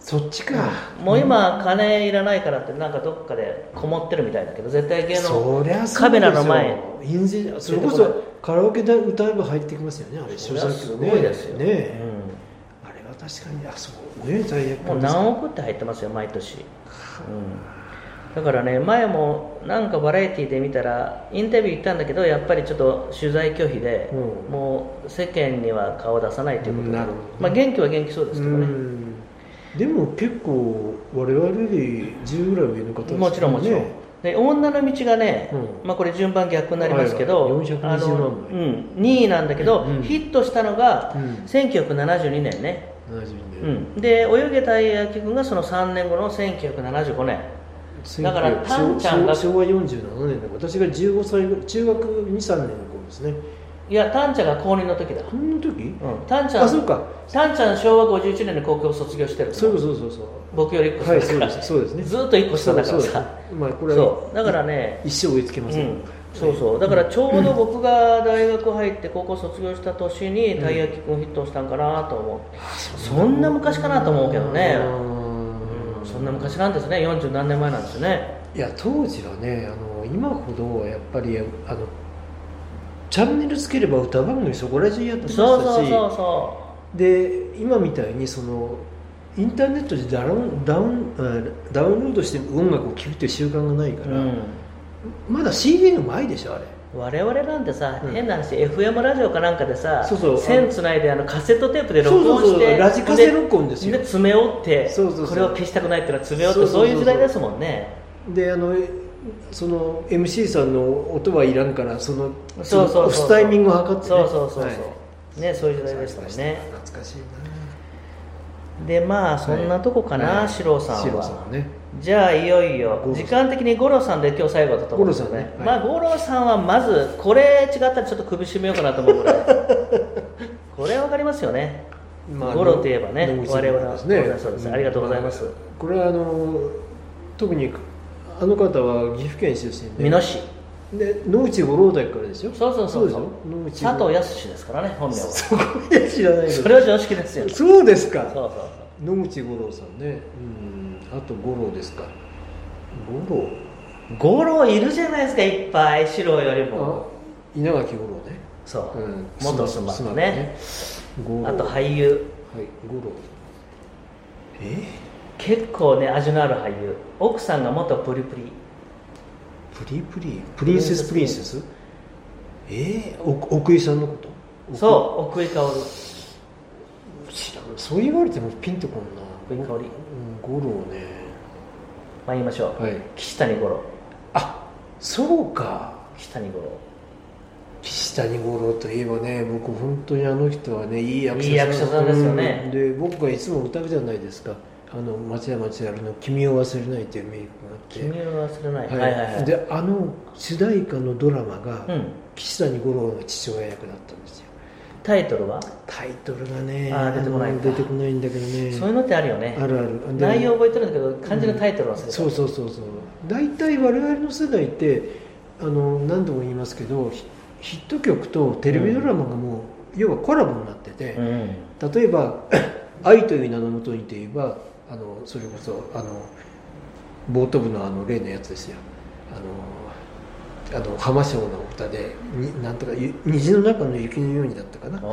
[SPEAKER 1] そっちか、
[SPEAKER 2] もう今金いらないからってなんかどっかでこもってるみたいだけど絶対芸能
[SPEAKER 1] そりゃそうですよ
[SPEAKER 2] カメラの前
[SPEAKER 1] 印税それこそカラオケで歌えば入ってきますよねあれ
[SPEAKER 2] そ
[SPEAKER 1] 著
[SPEAKER 2] りゃ
[SPEAKER 1] 作
[SPEAKER 2] す
[SPEAKER 1] 権
[SPEAKER 2] ご
[SPEAKER 1] ね
[SPEAKER 2] いですよ、
[SPEAKER 1] ねえあれは確かにあそうねたい焼
[SPEAKER 2] う
[SPEAKER 1] き
[SPEAKER 2] ん、もう何億って入ってますよ毎年、うん、だからね前もなんかバラエティで見たらインタビュー行ったんだけどやっぱりちょっと取材拒否で、
[SPEAKER 1] うん
[SPEAKER 2] もう世間には顔出さないということで、
[SPEAKER 1] なるほどね
[SPEAKER 2] まあ、元気は元気そうですけどね、
[SPEAKER 1] うんでも結構我々より10ぐらい上の方ですよね
[SPEAKER 2] もちろんもちろん、で女の道がね、
[SPEAKER 1] う
[SPEAKER 2] まあ、これ順番逆になりますけど、
[SPEAKER 1] はいはい420
[SPEAKER 2] あの
[SPEAKER 1] 万
[SPEAKER 2] う
[SPEAKER 1] 枚
[SPEAKER 2] ん、2位なんだけど、
[SPEAKER 1] うん
[SPEAKER 2] ヒットしたのが
[SPEAKER 1] うん
[SPEAKER 2] 1972年ね、
[SPEAKER 1] 72
[SPEAKER 2] う
[SPEAKER 1] 年、
[SPEAKER 2] ん、で泳げたい焼き君がその3年後の1975年だから
[SPEAKER 1] 1900
[SPEAKER 2] タンちゃんが
[SPEAKER 1] 昭和47年だから私が15歳ぐらい中学23年の頃ですね
[SPEAKER 2] いやタンちゃんが高2の時だ、
[SPEAKER 1] この時、
[SPEAKER 2] うん、タンちゃ
[SPEAKER 1] あそうんか
[SPEAKER 2] タンちゃん昭和51年に高校を卒業してる
[SPEAKER 1] そういうことそうそうそう
[SPEAKER 2] 僕より1個下
[SPEAKER 1] は
[SPEAKER 2] だ
[SPEAKER 1] い、
[SPEAKER 2] か
[SPEAKER 1] そう
[SPEAKER 2] ら、
[SPEAKER 1] です。そうですね。
[SPEAKER 2] ずっと1個下だから
[SPEAKER 1] そうそう
[SPEAKER 2] さ
[SPEAKER 1] ですまあ、これは
[SPEAKER 2] そうだからね
[SPEAKER 1] 一生追いつけません。
[SPEAKER 2] うんそうそうだからちょうど僕が大学入って高校卒業した年にたい焼きくんヒットしたんかなと思う、そんな昔かなと思うけどね
[SPEAKER 1] う、
[SPEAKER 2] うん
[SPEAKER 1] ん
[SPEAKER 2] そんな昔なんですね40何年前なんですよね
[SPEAKER 1] いや、当時はね、あの、今ほど、やっぱり、あの。チャンネルつければ歌番組そこら中やってましたし
[SPEAKER 2] そうそうそうそ
[SPEAKER 1] で今みたいにそのインターネットでダウンダウンえーダウンロードして音楽を聴くっていう習慣がないか
[SPEAKER 2] う、
[SPEAKER 1] ら、
[SPEAKER 2] うん、
[SPEAKER 1] まだ CD の前でしょあれ
[SPEAKER 2] 我々なんてさ、
[SPEAKER 1] うん
[SPEAKER 2] 変な話 FM ラジオかなんかでさ
[SPEAKER 1] そうそう
[SPEAKER 2] 線つないであのカセットテープで
[SPEAKER 1] そ
[SPEAKER 2] 録
[SPEAKER 1] う
[SPEAKER 2] 音
[SPEAKER 1] そう
[SPEAKER 2] して
[SPEAKER 1] そうラジカセ録音ですよ
[SPEAKER 2] で爪折って
[SPEAKER 1] そうそうそう
[SPEAKER 2] これを消したくないっていうのは爪折って
[SPEAKER 1] そうそうそう
[SPEAKER 2] そういう時代ですもんね
[SPEAKER 1] であのその MC さんの音はいらんからその
[SPEAKER 2] そうそうそう
[SPEAKER 1] 押すタイミングを測って、ね、
[SPEAKER 2] そうそうそうそう、
[SPEAKER 1] はい
[SPEAKER 2] ねそういう時代でしたもんね
[SPEAKER 1] 懐かしい
[SPEAKER 2] でまあそんなとこか
[SPEAKER 1] な
[SPEAKER 2] な、
[SPEAKER 1] はい
[SPEAKER 2] 四郎さん
[SPEAKER 1] 四郎
[SPEAKER 2] は
[SPEAKER 1] さんはね
[SPEAKER 2] じゃあいよいよ
[SPEAKER 1] 五郎さ
[SPEAKER 2] 時
[SPEAKER 1] ん
[SPEAKER 2] 間的に五郎さんで今日最後だと思うんですよね
[SPEAKER 1] 五郎さんね
[SPEAKER 2] ま
[SPEAKER 1] は
[SPEAKER 2] あ五郎さんはまずこれ違ったらちょっと首絞めようかなと思うぐらい これわかりますよね、五郎といえばね
[SPEAKER 1] 野口
[SPEAKER 2] 我々
[SPEAKER 1] さん
[SPEAKER 2] は
[SPEAKER 1] です
[SPEAKER 2] そうですそうですありがとうございます
[SPEAKER 1] これはあの特にあの方は岐阜県出身で
[SPEAKER 2] 美濃市
[SPEAKER 1] で野口五郎岳からでしょ
[SPEAKER 2] そうそうそうそう
[SPEAKER 1] でしょ野
[SPEAKER 2] 佐
[SPEAKER 1] 口
[SPEAKER 2] 藤康ですからね本名は
[SPEAKER 1] そこまで知らないけ
[SPEAKER 2] そ
[SPEAKER 1] ど
[SPEAKER 2] れは常識ですよそう
[SPEAKER 1] そうですか
[SPEAKER 2] そうそう
[SPEAKER 1] 野口五郎さんねうんあと五郎ですか五郎
[SPEAKER 2] 五郎いるじゃないですかいっぱい四郎よりも
[SPEAKER 1] あ稲垣五郎ね
[SPEAKER 2] そう、
[SPEAKER 1] うん
[SPEAKER 2] 元スマ
[SPEAKER 1] 妻
[SPEAKER 2] ホ
[SPEAKER 1] と
[SPEAKER 2] ね
[SPEAKER 1] 五郎
[SPEAKER 2] あと俳優
[SPEAKER 1] はい、五郎。え
[SPEAKER 2] 結構ね味のある俳優奥さんが元プリプリ
[SPEAKER 1] プリプリプリンセスプリンセスえー、お奥井さんのこと
[SPEAKER 2] そう奥井薫
[SPEAKER 1] う知らんそう言われてもピンとこんな
[SPEAKER 2] 奥井薫
[SPEAKER 1] うん五郎ね
[SPEAKER 2] まあ言いましょう、
[SPEAKER 1] はい
[SPEAKER 2] 岸谷五郎
[SPEAKER 1] あそうか
[SPEAKER 2] 岸谷五
[SPEAKER 1] 岸谷五郎といえばね僕本当にあの人はねいい役者
[SPEAKER 2] いい役者さんですよね
[SPEAKER 1] うんで僕がいつも歌うじゃないですかあの松山千春の「君を忘れない」という名曲があっ
[SPEAKER 2] 郎
[SPEAKER 1] て
[SPEAKER 2] 君を忘れない、はい、はいはいはい
[SPEAKER 1] であの主題歌のドラマが、
[SPEAKER 2] うん、
[SPEAKER 1] 岸谷五郎の父親役だったんですよ
[SPEAKER 2] タイトルは、
[SPEAKER 1] タイトルがね
[SPEAKER 2] あー出てこないんだ
[SPEAKER 1] 出てこないんだけどね
[SPEAKER 2] そういうのってあるよね
[SPEAKER 1] あるあるで
[SPEAKER 2] 内容覚えてるんだけど漢字のタイトル忘れてた、
[SPEAKER 1] そうそうそうそう大体我々の世代ってあの何度も言いますけどヒヒット曲とテレビドラマがもう要はコラボになってて、
[SPEAKER 2] うん
[SPEAKER 1] 例えば 「愛という名のもとに」といえばあのそれこそあの冒頭部のあの例のやつですよあのあの浜章の歌でになんとかゆ「虹の中の雪のように」だったかなあ
[SPEAKER 2] あ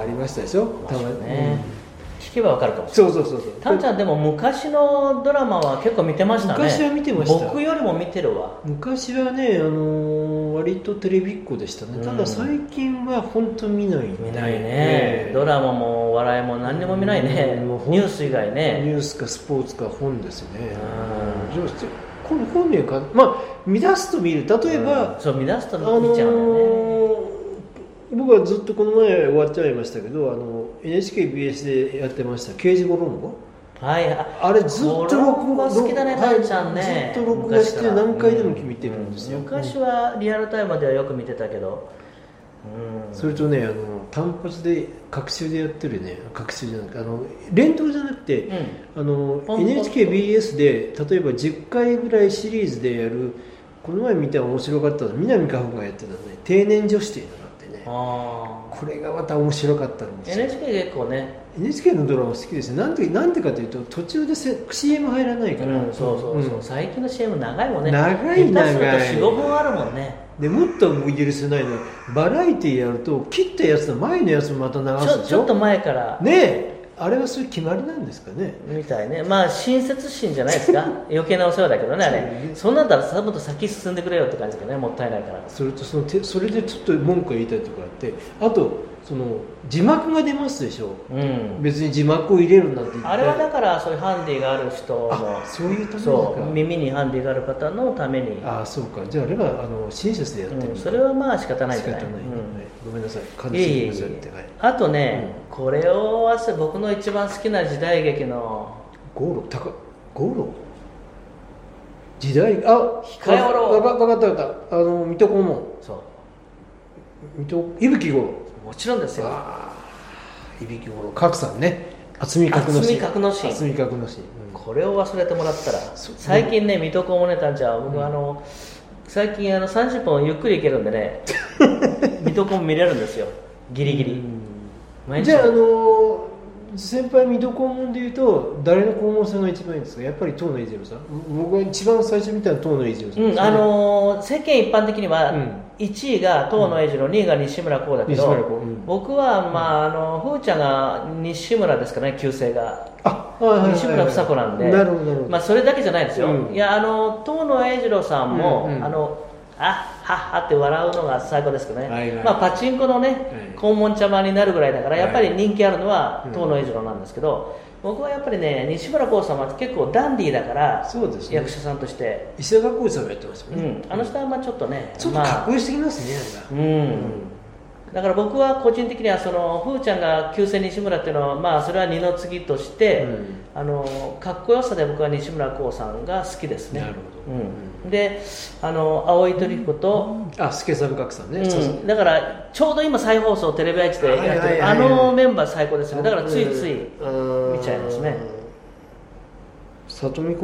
[SPEAKER 1] ーありましたでしょ
[SPEAKER 2] あ、
[SPEAKER 1] まに
[SPEAKER 2] ね、聞けばわかるかも
[SPEAKER 1] うん
[SPEAKER 2] しれ
[SPEAKER 1] そうそうそうそう
[SPEAKER 2] ないタンちゃんでも昔のドラマは結構見てましたね
[SPEAKER 1] 昔は見てました
[SPEAKER 2] 僕よりも見てるわ
[SPEAKER 1] 昔はね、あのー割とテレビっ子でしたね、
[SPEAKER 2] うん
[SPEAKER 1] ただ最近は本当見ない
[SPEAKER 2] 見ないね、ドラマもお笑いも何にも見ないね、
[SPEAKER 1] うんもうほん
[SPEAKER 2] ニュース以外ね、
[SPEAKER 1] ニュースかスポーツか本ですね
[SPEAKER 2] うん
[SPEAKER 1] でもちょこの本名かまあ見出すと見る例えば
[SPEAKER 2] うん、そう見出すと
[SPEAKER 1] あの
[SPEAKER 2] 見ちゃうんだよね、
[SPEAKER 1] ー僕はずっとこの前終わっちゃいましたけどあの NHKBS でやってました「刑事ゴロンゴ」
[SPEAKER 2] はいあ
[SPEAKER 1] あれずっと録
[SPEAKER 2] 録
[SPEAKER 1] 画
[SPEAKER 2] 画好きだね
[SPEAKER 1] 録画
[SPEAKER 2] タンちゃんね
[SPEAKER 1] ずっと録画して
[SPEAKER 2] 昔から
[SPEAKER 1] 何回でも見てるんですよ、
[SPEAKER 2] う昔はリアルタイムではよく見てたけど、うん、
[SPEAKER 1] それとねあの単発で隔週でやってるね隔週じゃなくてあの連動じゃなくて、
[SPEAKER 2] う
[SPEAKER 1] あの
[SPEAKER 2] ポンポンと
[SPEAKER 1] NHKBS で例えば10回ぐらいシリーズでやるこの前見た面白かったの南果歩がやってたね定年女子というのがあって
[SPEAKER 2] ん、
[SPEAKER 1] ね
[SPEAKER 2] あー
[SPEAKER 1] これがまた面白かったんですよ
[SPEAKER 2] NHK 結構ね、
[SPEAKER 1] NHK のドラマ好きですねなんでなんでかというと途中でせ CM 入らないか
[SPEAKER 2] う
[SPEAKER 1] ら、
[SPEAKER 2] ん、そうそうそう、
[SPEAKER 1] ん
[SPEAKER 2] 最近の CM 長いもんね
[SPEAKER 1] 長い長い
[SPEAKER 2] 下手すると45分あるもんね
[SPEAKER 1] でもっともう許せないのはバラエティやると切ったやつの前のやつもまた流
[SPEAKER 2] ちょ
[SPEAKER 1] すでし
[SPEAKER 2] ちょっと
[SPEAKER 1] ょ
[SPEAKER 2] 前から
[SPEAKER 1] ねえあれはそういう決まりなんですかね
[SPEAKER 2] みたいねまあ親切心じゃないで すか余計なお世話だけどねあ
[SPEAKER 1] そうね
[SPEAKER 2] れそんなんだったらさもっと先進んでくれよって感じだけどねもったいないから
[SPEAKER 1] それとそのてそれでちょっと文句を言いたいところあってあとその字幕が出ますでしょ
[SPEAKER 2] うん
[SPEAKER 1] 別に字幕を入れるなんて言って
[SPEAKER 2] あれはだからそういうハンディがある人
[SPEAKER 1] あ
[SPEAKER 2] の
[SPEAKER 1] そういうためですか
[SPEAKER 2] そう耳にハンディがある方のために、
[SPEAKER 1] あそうかじゃああれはあの親切でやってるんだ、
[SPEAKER 2] うんそれはまあ仕方ない
[SPEAKER 1] 仕
[SPEAKER 2] じ
[SPEAKER 1] 方
[SPEAKER 2] ゃ
[SPEAKER 1] な
[SPEAKER 2] ないい
[SPEAKER 1] よね、ごめんなさい感
[SPEAKER 2] い
[SPEAKER 1] じ
[SPEAKER 2] えい
[SPEAKER 1] て
[SPEAKER 2] え
[SPEAKER 1] く
[SPEAKER 2] い
[SPEAKER 1] ださいっ
[SPEAKER 2] え
[SPEAKER 1] てはい
[SPEAKER 2] あとね、これを明日僕の一番好きな時代劇の
[SPEAKER 1] 五郎高五郎時代あ
[SPEAKER 2] 控えおろう
[SPEAKER 1] わわわかったわかったあの水戸黄門
[SPEAKER 2] そ
[SPEAKER 1] 水戸伊吹五郎
[SPEAKER 2] うもちろんですよ
[SPEAKER 1] ああいびき五郎角さんね厚み角の
[SPEAKER 2] 渥美角之進
[SPEAKER 1] 厚み角のシ
[SPEAKER 2] これを忘れてもらったら
[SPEAKER 1] そう
[SPEAKER 2] 最近ね水戸黄門たんちゃん僕、
[SPEAKER 1] うん
[SPEAKER 2] あの最近あの30分ゆっくり行けるん でね水戸黄門見れるんですよギリギリ毎日
[SPEAKER 1] じゃあ、あのー先輩水戸黄門でいうと誰の黄門さんが一番いいんですかやっぱり東野伊勢郎さん僕が一番最初見たのは東野伊勢郎さん、
[SPEAKER 2] うんあのー世間一般的には
[SPEAKER 1] うん
[SPEAKER 2] 1位が遠野栄治郎、2位が西村浩だけ
[SPEAKER 1] 西村
[SPEAKER 2] ど、
[SPEAKER 1] 公うん
[SPEAKER 2] 僕は、まあ、あのふーちゃんが西村ですかね、旧姓が、
[SPEAKER 1] あはいはいはいはい
[SPEAKER 2] 西村房子なんで、
[SPEAKER 1] なるほどなるほど、
[SPEAKER 2] まあ、それだけじゃないですよ、
[SPEAKER 1] うん
[SPEAKER 2] いやあの遠野栄次郎さんも、
[SPEAKER 1] うんうん
[SPEAKER 2] あのあはっはって笑うのが最高ですけどね、
[SPEAKER 1] はいはい
[SPEAKER 2] まあ、パチンコのね、黄門ちゃまになるぐらいだから、やっぱり人気あるのは
[SPEAKER 1] はい
[SPEAKER 2] 遠野栄次郎なんですけど、僕はやっぱりね、西村浩さんは結構ダンディーだから、
[SPEAKER 1] そうですね
[SPEAKER 2] 役者さんとして、
[SPEAKER 1] 伊勢学校さんもやってました
[SPEAKER 2] う
[SPEAKER 1] もんね、
[SPEAKER 2] ん、あの人はまあちょっとね、
[SPEAKER 1] ちょっと
[SPEAKER 2] まあ
[SPEAKER 1] かっこよすぎますね、
[SPEAKER 2] う
[SPEAKER 1] なんか
[SPEAKER 2] ん、だから僕は個人的にはそのふーちゃんが旧姓西村っていうのはまあそれは二の次として、
[SPEAKER 1] うん
[SPEAKER 2] あのかっこよさで僕は西村浩さんが好きですね
[SPEAKER 1] なるほど
[SPEAKER 2] うん、であの青井鳥彦と、
[SPEAKER 1] あ助さん格さんね、
[SPEAKER 2] うん
[SPEAKER 1] そうそう
[SPEAKER 2] だからちょうど今再放送テレビ愛知でやってる、
[SPEAKER 1] はいはいはい
[SPEAKER 2] あのメンバー最高ですねだからついつい、
[SPEAKER 1] 見
[SPEAKER 2] 見ちゃいますね
[SPEAKER 1] 里見孝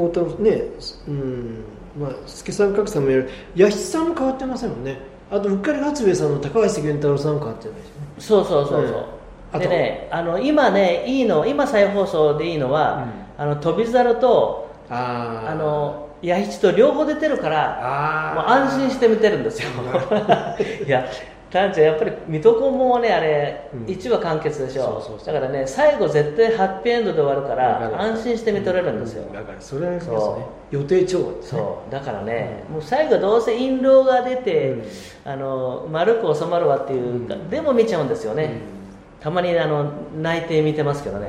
[SPEAKER 1] 太郎ねうんまあ助さん格さんもやる八七さんも変わってませんもんねあとうっかり八兵衛さんの高橋源太郎さんも変わってないしね
[SPEAKER 2] そうそうそうそう、
[SPEAKER 1] うん
[SPEAKER 2] でねあの今ねいいの今再放送でいいのは、あの飛び猿と
[SPEAKER 1] あ
[SPEAKER 2] あの弥一と両方出てるから
[SPEAKER 1] あ
[SPEAKER 2] もう安心して見てるんですよ。 いや、タンちゃん、やっぱり水戸黄門もね、あれ、
[SPEAKER 1] うん
[SPEAKER 2] 一話完結でしょ、
[SPEAKER 1] そうそうそう
[SPEAKER 2] だからね、最後、絶対ハッピーエンドで終わるか、
[SPEAKER 1] わからる
[SPEAKER 2] 安心して見とれるんですよ。
[SPEAKER 1] だからそれはありますね
[SPEAKER 2] そ
[SPEAKER 1] 予定調和ですね
[SPEAKER 2] そうだからね、もう最後、どうせ印籠が出て、
[SPEAKER 1] うん
[SPEAKER 2] あの丸く収まるわっていうか、
[SPEAKER 1] うん
[SPEAKER 2] でも見ちゃうんですよね、たまにあの泣いて見てますけどね、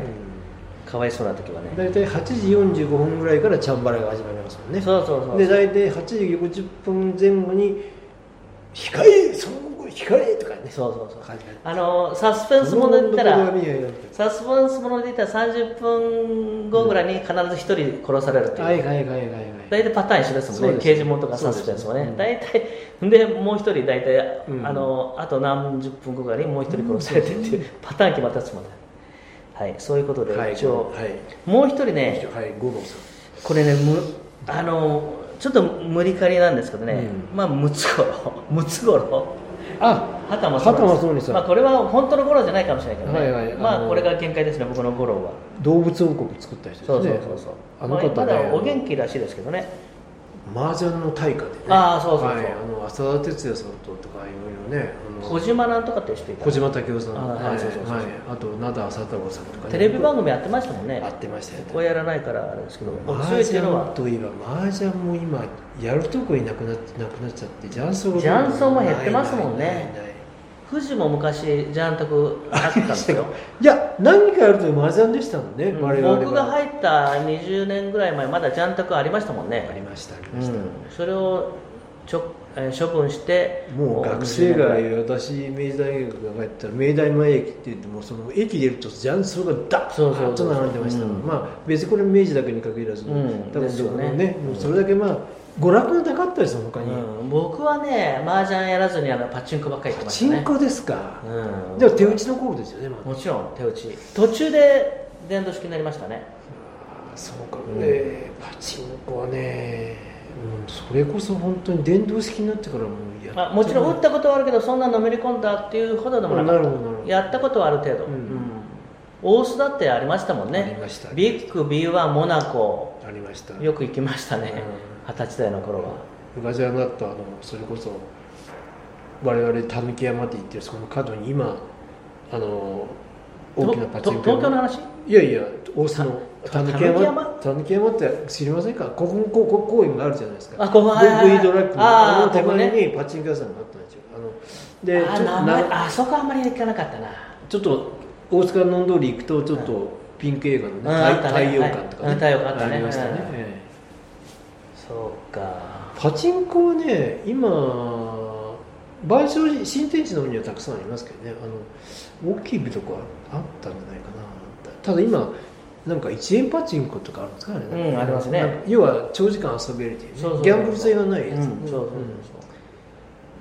[SPEAKER 2] かわいそうな時はね
[SPEAKER 1] うん、大体8時45分ぐらいからチャンバラが始まりますもんね
[SPEAKER 2] そうそうそう、
[SPEAKER 1] で大体8時50分前後に「控えその後控え」とかね
[SPEAKER 2] そうそうそう
[SPEAKER 1] 感じが
[SPEAKER 2] あのサスペンスもので言ったら、
[SPEAKER 1] その男が見えない
[SPEAKER 2] サスペンスもので言ったら30分後ぐらいに必ず1人殺されるっていう、
[SPEAKER 1] はいはいはいはいはい
[SPEAKER 2] 大体パターン一緒ですも
[SPEAKER 1] そうんで
[SPEAKER 2] ね
[SPEAKER 1] す
[SPEAKER 2] 刑事物とかサスペンスもね、
[SPEAKER 1] そう
[SPEAKER 2] 大体でもう1人大体、
[SPEAKER 1] うん
[SPEAKER 2] あのあと何十分後ぐらいにもう1人殺されてっていう、パターン決まったやつもねはいそういうことで、
[SPEAKER 1] はい
[SPEAKER 2] 一応、
[SPEAKER 1] はい
[SPEAKER 2] もう1人ね
[SPEAKER 1] はい五郎さん
[SPEAKER 2] これねむあのちょっと無理かりなんですけどね、
[SPEAKER 1] う
[SPEAKER 2] まあムツゴロウムツゴロ
[SPEAKER 1] あ
[SPEAKER 2] 畑正
[SPEAKER 1] 畑正則さん
[SPEAKER 2] まあ、これは本当の五郎じゃないかもしれないけどね、
[SPEAKER 1] はいはいあ
[SPEAKER 2] まあ、
[SPEAKER 1] の
[SPEAKER 2] これが限界ですね僕の五郎は
[SPEAKER 1] 動物王国作った人ですね
[SPEAKER 2] そうそうそうそう、
[SPEAKER 1] あの
[SPEAKER 2] ま
[SPEAKER 1] 方
[SPEAKER 2] あま
[SPEAKER 1] ね、
[SPEAKER 2] だお元気らしいですけどね
[SPEAKER 1] 麻雀の大家でね
[SPEAKER 2] ああそうそうそう
[SPEAKER 1] はい、あの浅田哲也さんととかいろいろねあの
[SPEAKER 2] 小島なんとかっていう人いた
[SPEAKER 1] 小島武夫さん
[SPEAKER 2] あー
[SPEAKER 1] は
[SPEAKER 2] はいいそうそうそうそう
[SPEAKER 1] はいあと灘浅太郎さんとか、
[SPEAKER 2] テレビ番組やってましたもんね
[SPEAKER 1] 合ってましたよ
[SPEAKER 2] ここ
[SPEAKER 1] ね
[SPEAKER 2] やらないからあれですけどお強
[SPEAKER 1] 麻
[SPEAKER 2] いってい
[SPEAKER 1] 雀
[SPEAKER 2] うのは
[SPEAKER 1] といえば麻雀も今やるとこいなくなってなくなっちゃってジャンソーが
[SPEAKER 2] ジャンソーも減ってますもんね
[SPEAKER 1] ないないない
[SPEAKER 2] 富士も昔ジャンタクあったんです よ
[SPEAKER 1] いや何かやると麻雀でしたもんね、
[SPEAKER 2] うん
[SPEAKER 1] 我々は
[SPEAKER 2] 僕が入った20年ぐらい前まだジャンタクありましたもん
[SPEAKER 1] あり
[SPEAKER 2] ね、
[SPEAKER 1] ましたあり
[SPEAKER 2] う
[SPEAKER 1] ました、
[SPEAKER 2] ん、それをちょ、えー処分して
[SPEAKER 1] もう学生
[SPEAKER 2] 20年ぐらい
[SPEAKER 1] 街私明治大学が帰ったら明大前駅って言ってもうその駅出るとジャンソーがダ
[SPEAKER 2] そうそ
[SPEAKER 1] ーッ
[SPEAKER 2] うそ
[SPEAKER 1] と
[SPEAKER 2] う
[SPEAKER 1] 並んでましたから
[SPEAKER 2] うん
[SPEAKER 1] まあ別にこれ明治だけに限らず、
[SPEAKER 2] うん
[SPEAKER 1] 多分
[SPEAKER 2] です
[SPEAKER 1] ど
[SPEAKER 2] よ
[SPEAKER 1] こも
[SPEAKER 2] ね
[SPEAKER 1] ねもうそれだけまあ娯楽がなかったですよ他に、
[SPEAKER 2] うん、僕はね麻雀やらずにあのパチンコばっかり行ってまし
[SPEAKER 1] チ
[SPEAKER 2] たね
[SPEAKER 1] ンコですか、
[SPEAKER 2] うん、
[SPEAKER 1] でも手打ちの工具ですよね、まあ
[SPEAKER 2] もちろん手打ち途中で電動式になりましたね
[SPEAKER 1] あーそうかね、パチンコはね、うん、それこそ本当に電動式になってからもうやってない
[SPEAKER 2] まあ、もちろん打ったことはあるけどそんなのめり込んだっていうほどでもな
[SPEAKER 1] なる
[SPEAKER 2] かっ
[SPEAKER 1] ほどなるほ
[SPEAKER 2] た
[SPEAKER 1] ど
[SPEAKER 2] やったことはある程度、
[SPEAKER 1] うん
[SPEAKER 2] 大須だってありましたもんね
[SPEAKER 1] ありました
[SPEAKER 2] ビッグ B1 モナコ
[SPEAKER 1] ありました
[SPEAKER 2] よく行きましたね二十、歳代の頃は
[SPEAKER 1] 昔はなったあのそれこそ我々たぬき山って言ってるそこの角に今あの大きなパチンコ
[SPEAKER 2] とと東京の
[SPEAKER 1] 屋
[SPEAKER 2] 話
[SPEAKER 1] いやいや大須の
[SPEAKER 2] た
[SPEAKER 1] たぬき
[SPEAKER 2] たぬき
[SPEAKER 1] 山
[SPEAKER 2] 山
[SPEAKER 1] たぬき山って知りませんか古墳高校公園があるじゃないですか
[SPEAKER 2] あここはいはいはい
[SPEAKER 1] V ドラッグの
[SPEAKER 2] あー
[SPEAKER 1] あの手
[SPEAKER 2] ここ
[SPEAKER 1] 前
[SPEAKER 2] ね
[SPEAKER 1] にパチンコ屋さんがあったんですよあの
[SPEAKER 2] あ
[SPEAKER 1] でちょっと
[SPEAKER 2] 名前あそこあんまり行かなかったな
[SPEAKER 1] ちょっと大塚のん通り行くとちょっとピンク映画のね、
[SPEAKER 2] うんあったね
[SPEAKER 1] 太陽館とかね、
[SPEAKER 2] はいうん太陽館あったね
[SPEAKER 1] りましたね、
[SPEAKER 2] うん
[SPEAKER 1] え
[SPEAKER 2] そうか
[SPEAKER 1] えパチンコはね今賠償新天地の方にはたくさんありますけどねあの大きい部とかあったんじゃないかなただ今なんか1円パチンコとかあるんですかね、
[SPEAKER 2] うんありますね
[SPEAKER 1] なんか要は長時間遊べるっていう,、ね、
[SPEAKER 2] そうそうそう
[SPEAKER 1] ギャンブル性がないやつ、
[SPEAKER 2] うんそうそうそうそう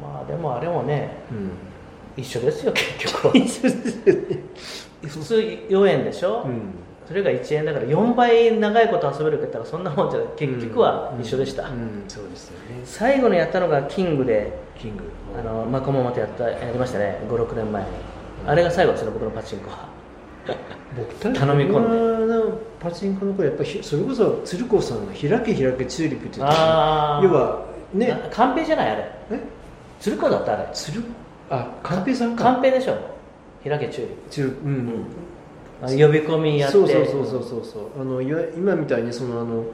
[SPEAKER 2] まあでもあれもね
[SPEAKER 1] うんうん
[SPEAKER 2] 一緒ですよ結 局は普通4円でしょ、
[SPEAKER 1] うん
[SPEAKER 2] それが1円だから4倍長いこと遊べるかって言ったらそんなもんじゃない結局は一緒でした、
[SPEAKER 1] うんうんそうですよね
[SPEAKER 2] 最後にやったのがキングで
[SPEAKER 1] キング
[SPEAKER 2] あのマコモモとやったやりましたね56年前にあれが最後ですね僕のパチンコは
[SPEAKER 1] 僕た
[SPEAKER 2] 頼み込んで
[SPEAKER 1] でパチンコの頃やっぱひそれこそ鶴子さんの「開け開けチューリップ」って言って
[SPEAKER 2] ああ
[SPEAKER 1] 要はね
[SPEAKER 2] カンペじゃないあれ
[SPEAKER 1] え
[SPEAKER 2] 鶴子だったあれ
[SPEAKER 1] 鶴あ寛平さん
[SPEAKER 2] カ
[SPEAKER 1] か
[SPEAKER 2] ンペでしょ開け注意
[SPEAKER 1] 鶴うん
[SPEAKER 2] あ呼び込みやって
[SPEAKER 1] そうそうそうそうそうそうあのいわ今みたいにそのあの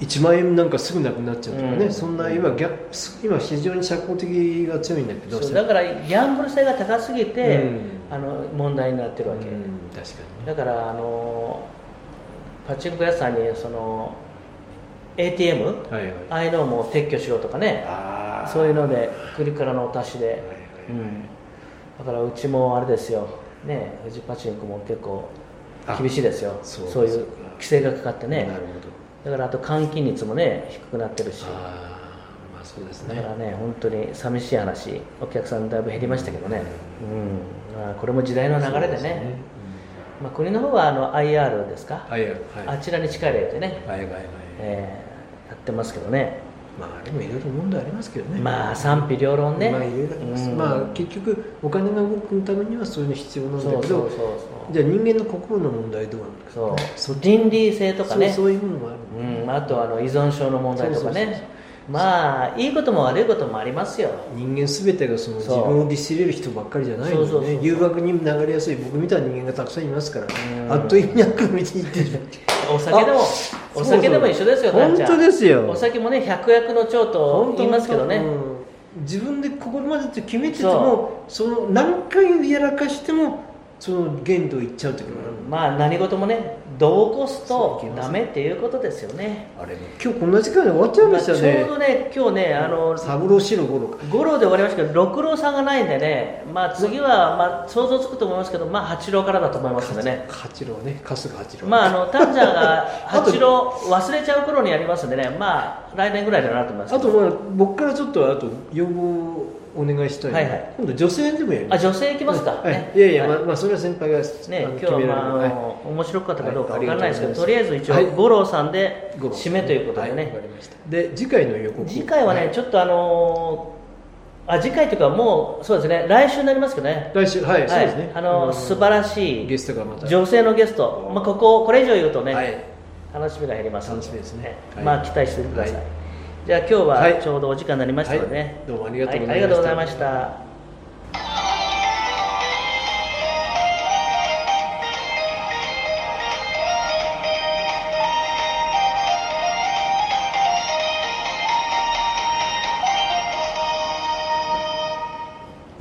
[SPEAKER 1] 1万円なんかすぐなくなっちゃうとかね、
[SPEAKER 2] うん
[SPEAKER 1] そんな今ギャす今非常に社交的が強いんだけど
[SPEAKER 2] そうだからギャンブル性が高すぎて、
[SPEAKER 1] うん
[SPEAKER 2] あの問題になってるわけ、
[SPEAKER 1] うん確かにね
[SPEAKER 2] だからあのパチンコ屋さんにその ATM
[SPEAKER 1] はいはい
[SPEAKER 2] ああいうのをもう撤去しろとかね
[SPEAKER 1] あー
[SPEAKER 2] そういうので国からのお達し
[SPEAKER 1] は
[SPEAKER 2] で
[SPEAKER 1] い、はい
[SPEAKER 2] うん、だからうちもあれですよねフジパチンコも結構
[SPEAKER 1] あ
[SPEAKER 2] 厳しいですよ
[SPEAKER 1] そう
[SPEAKER 2] そう
[SPEAKER 1] か
[SPEAKER 2] いう
[SPEAKER 1] そうか
[SPEAKER 2] 規制がかかってね
[SPEAKER 1] なるほど
[SPEAKER 2] だからあと換金率もね低くなってるし
[SPEAKER 1] ああまあそうです
[SPEAKER 2] だ
[SPEAKER 1] ね
[SPEAKER 2] からね本当に寂しい話お客さんだいぶ減りましたけどね、うんまあ、これも時代の流れで
[SPEAKER 1] そ
[SPEAKER 2] ね
[SPEAKER 1] うすね
[SPEAKER 2] まあ、国の方はあの IR ですか、
[SPEAKER 1] はいはいは
[SPEAKER 2] あちらに力入れてね、
[SPEAKER 1] いはいはいはい
[SPEAKER 2] えーやってますけどね
[SPEAKER 1] まあでもいろいろ問題ありますけどね
[SPEAKER 2] まあ賛否両論ね、
[SPEAKER 1] まあいろいろあります
[SPEAKER 2] うん
[SPEAKER 1] まあ結局お金が動くためにはそういうの必要なん
[SPEAKER 2] そ
[SPEAKER 1] だ
[SPEAKER 2] う
[SPEAKER 1] け
[SPEAKER 2] そ
[SPEAKER 1] ど
[SPEAKER 2] うそうそう
[SPEAKER 1] じゃあ人間の心の問題どうなんですか
[SPEAKER 2] そう
[SPEAKER 1] そ
[SPEAKER 2] 倫理性とかね
[SPEAKER 1] そうそういうものもある
[SPEAKER 2] うん、あとあの依存症の問題とか
[SPEAKER 1] そうそうそう
[SPEAKER 2] ねまあいいことも悪いこともありますよ
[SPEAKER 1] 人間すべてがその自
[SPEAKER 2] そう
[SPEAKER 1] 分を律してれる人ばっかりじゃないの
[SPEAKER 2] そうそう
[SPEAKER 1] で
[SPEAKER 2] そう
[SPEAKER 1] ね誘惑に流れやすい僕みたいな人間がたくさんいますから
[SPEAKER 2] ん
[SPEAKER 1] あっという間に悪夢に行ってる
[SPEAKER 2] お酒でも
[SPEAKER 1] あ
[SPEAKER 2] お酒でも
[SPEAKER 1] そう
[SPEAKER 2] 一緒ですよ
[SPEAKER 1] 本当
[SPEAKER 2] たっちゃん
[SPEAKER 1] ですよ
[SPEAKER 2] お酒もね百薬の長と言いますけどね
[SPEAKER 1] うん自分でここまでって決めててもその何回やらかしてもその限度いっちゃう時もある
[SPEAKER 2] まあ何事もね度をこす
[SPEAKER 1] そう
[SPEAKER 2] と
[SPEAKER 1] いきます
[SPEAKER 2] ダメっていうことですよね
[SPEAKER 1] あれも今日こんな時間で終わっちゃいま
[SPEAKER 2] まあ
[SPEAKER 1] し
[SPEAKER 2] ち
[SPEAKER 1] た
[SPEAKER 2] ょう
[SPEAKER 1] ね
[SPEAKER 2] どね今日ねあの
[SPEAKER 1] 三郎四郎五郎か
[SPEAKER 2] 五郎で終わりましたけど六郎さんがないんでねまあ次はまあ想像つくと思いますけどまあ八郎からだと思いますんでね
[SPEAKER 1] 八郎ね春日八郎
[SPEAKER 2] まああのタンジャーが
[SPEAKER 1] あと
[SPEAKER 2] 八郎忘れちゃう頃にやりますんでねまあ来年ぐらいだなと思います
[SPEAKER 1] あとまあ僕からちょっとあと要望お願いしたいの
[SPEAKER 2] はいはい
[SPEAKER 1] 今度女性でもやり
[SPEAKER 2] あ
[SPEAKER 1] ます
[SPEAKER 2] 女性行きますか、
[SPEAKER 1] はい
[SPEAKER 2] ね
[SPEAKER 1] いやいや、
[SPEAKER 2] は
[SPEAKER 1] まあまあそれは先輩が、
[SPEAKER 2] ね、
[SPEAKER 1] あの
[SPEAKER 2] 今日は、まあ、あ
[SPEAKER 1] はい
[SPEAKER 2] の面白かったかどうかわからないですけど、
[SPEAKER 1] はい
[SPEAKER 2] とりあえず一応、
[SPEAKER 1] はい
[SPEAKER 2] 五郎さんで
[SPEAKER 1] 五郎
[SPEAKER 2] 締めということで
[SPEAKER 1] はわ
[SPEAKER 2] ね
[SPEAKER 1] か、りましたで次回の予告
[SPEAKER 2] 次回はね、ちょっとあのーあ次回というかもうそうですね来週になりますけどね
[SPEAKER 1] 来週はい、そうですね
[SPEAKER 2] あの素晴らしい
[SPEAKER 1] ゲストがまた
[SPEAKER 2] 女性のゲスト、まあ、こここれ以上言うとね、
[SPEAKER 1] はい
[SPEAKER 2] 楽しみが減ります
[SPEAKER 1] 楽しみですねはい
[SPEAKER 2] まあ期待しててください、
[SPEAKER 1] はい
[SPEAKER 2] じゃあ今日
[SPEAKER 1] はい
[SPEAKER 2] はちょうどお時間になりましたのでね、
[SPEAKER 1] はいどうもありがとうございました
[SPEAKER 2] はありがとうございました